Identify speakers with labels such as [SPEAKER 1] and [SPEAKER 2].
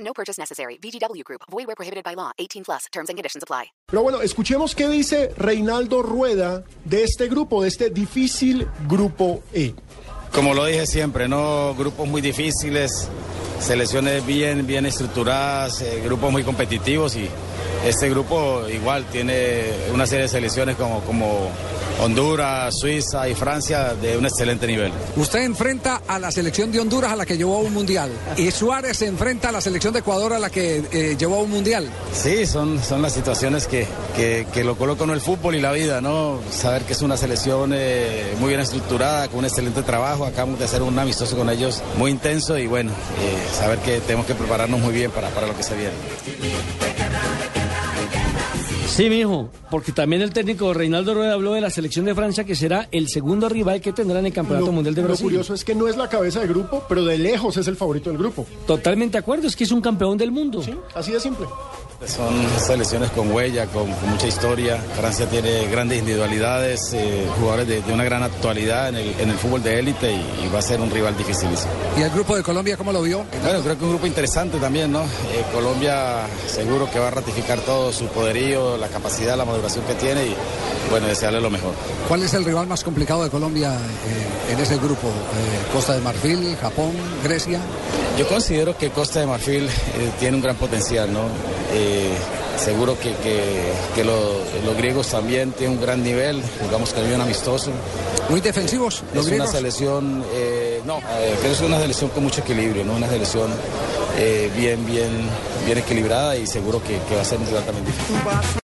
[SPEAKER 1] No purchase necessary. VGW Group. Void where prohibited by law. 18 plus. Terms and conditions apply.
[SPEAKER 2] Pero bueno, escuchemos qué dice Reinaldo Rueda de este grupo, de este difícil grupo E.
[SPEAKER 3] Como lo dije siempre, no grupos muy difíciles, selecciones bien, bien estructuradas, eh, grupos muy competitivos y este grupo igual tiene una serie de selecciones como, como Honduras, Suiza y Francia de un excelente nivel.
[SPEAKER 4] Usted enfrenta a la selección de Honduras a la que llevó a un mundial y Suárez se enfrenta a la selección de Ecuador a la que eh, llevó a un mundial.
[SPEAKER 3] Sí, son, son las situaciones que, que, que lo colocan el fútbol y la vida, ¿no? Saber que es una selección eh, muy bien estructurada, con un excelente trabajo. Acabamos de hacer un amistoso con ellos muy intenso y bueno, eh, saber que tenemos que prepararnos muy bien para, para lo que se viene.
[SPEAKER 5] Sí, mijo, porque también el técnico Reinaldo Rueda habló de la selección de Francia, que será el segundo rival que tendrá en el Campeonato
[SPEAKER 2] Lo-
[SPEAKER 5] Mundial de
[SPEAKER 2] Lo
[SPEAKER 5] Brasil.
[SPEAKER 2] curioso es que no es la cabeza de grupo, pero de lejos es el favorito del grupo.
[SPEAKER 5] Totalmente de acuerdo, es que es un campeón del mundo.
[SPEAKER 2] ¿Sí? Así de simple.
[SPEAKER 3] Pues Son selecciones con huella, con, con mucha historia. Francia tiene grandes individualidades, eh, jugadores de, de una gran actualidad en el, en el fútbol de élite y, y va a ser un rival dificilísimo.
[SPEAKER 4] ¿Y el grupo de Colombia cómo lo vio?
[SPEAKER 3] Bueno, creo que un grupo interesante también, ¿no? Eh, Colombia seguro que va a ratificar todo su poderío, la capacidad, la maduración que tiene y bueno, desearle lo mejor.
[SPEAKER 4] ¿Cuál es el rival más complicado de Colombia eh, en ese grupo? Eh, Costa de Marfil, Japón, Grecia.
[SPEAKER 3] Yo considero que Costa de Marfil eh, tiene un gran potencial, ¿no? Eh, seguro que, que- que lo- los griegos también tienen un gran nivel, jugamos también amistoso.
[SPEAKER 4] Muy defensivos, los
[SPEAKER 3] Es una
[SPEAKER 4] griegos.
[SPEAKER 3] selección, eh, no, eh, creo que es una selección con mucho equilibrio, ¿no? Una selección eh, bien, bien, bien equilibrada y seguro que, que va a ser un rival también difícil.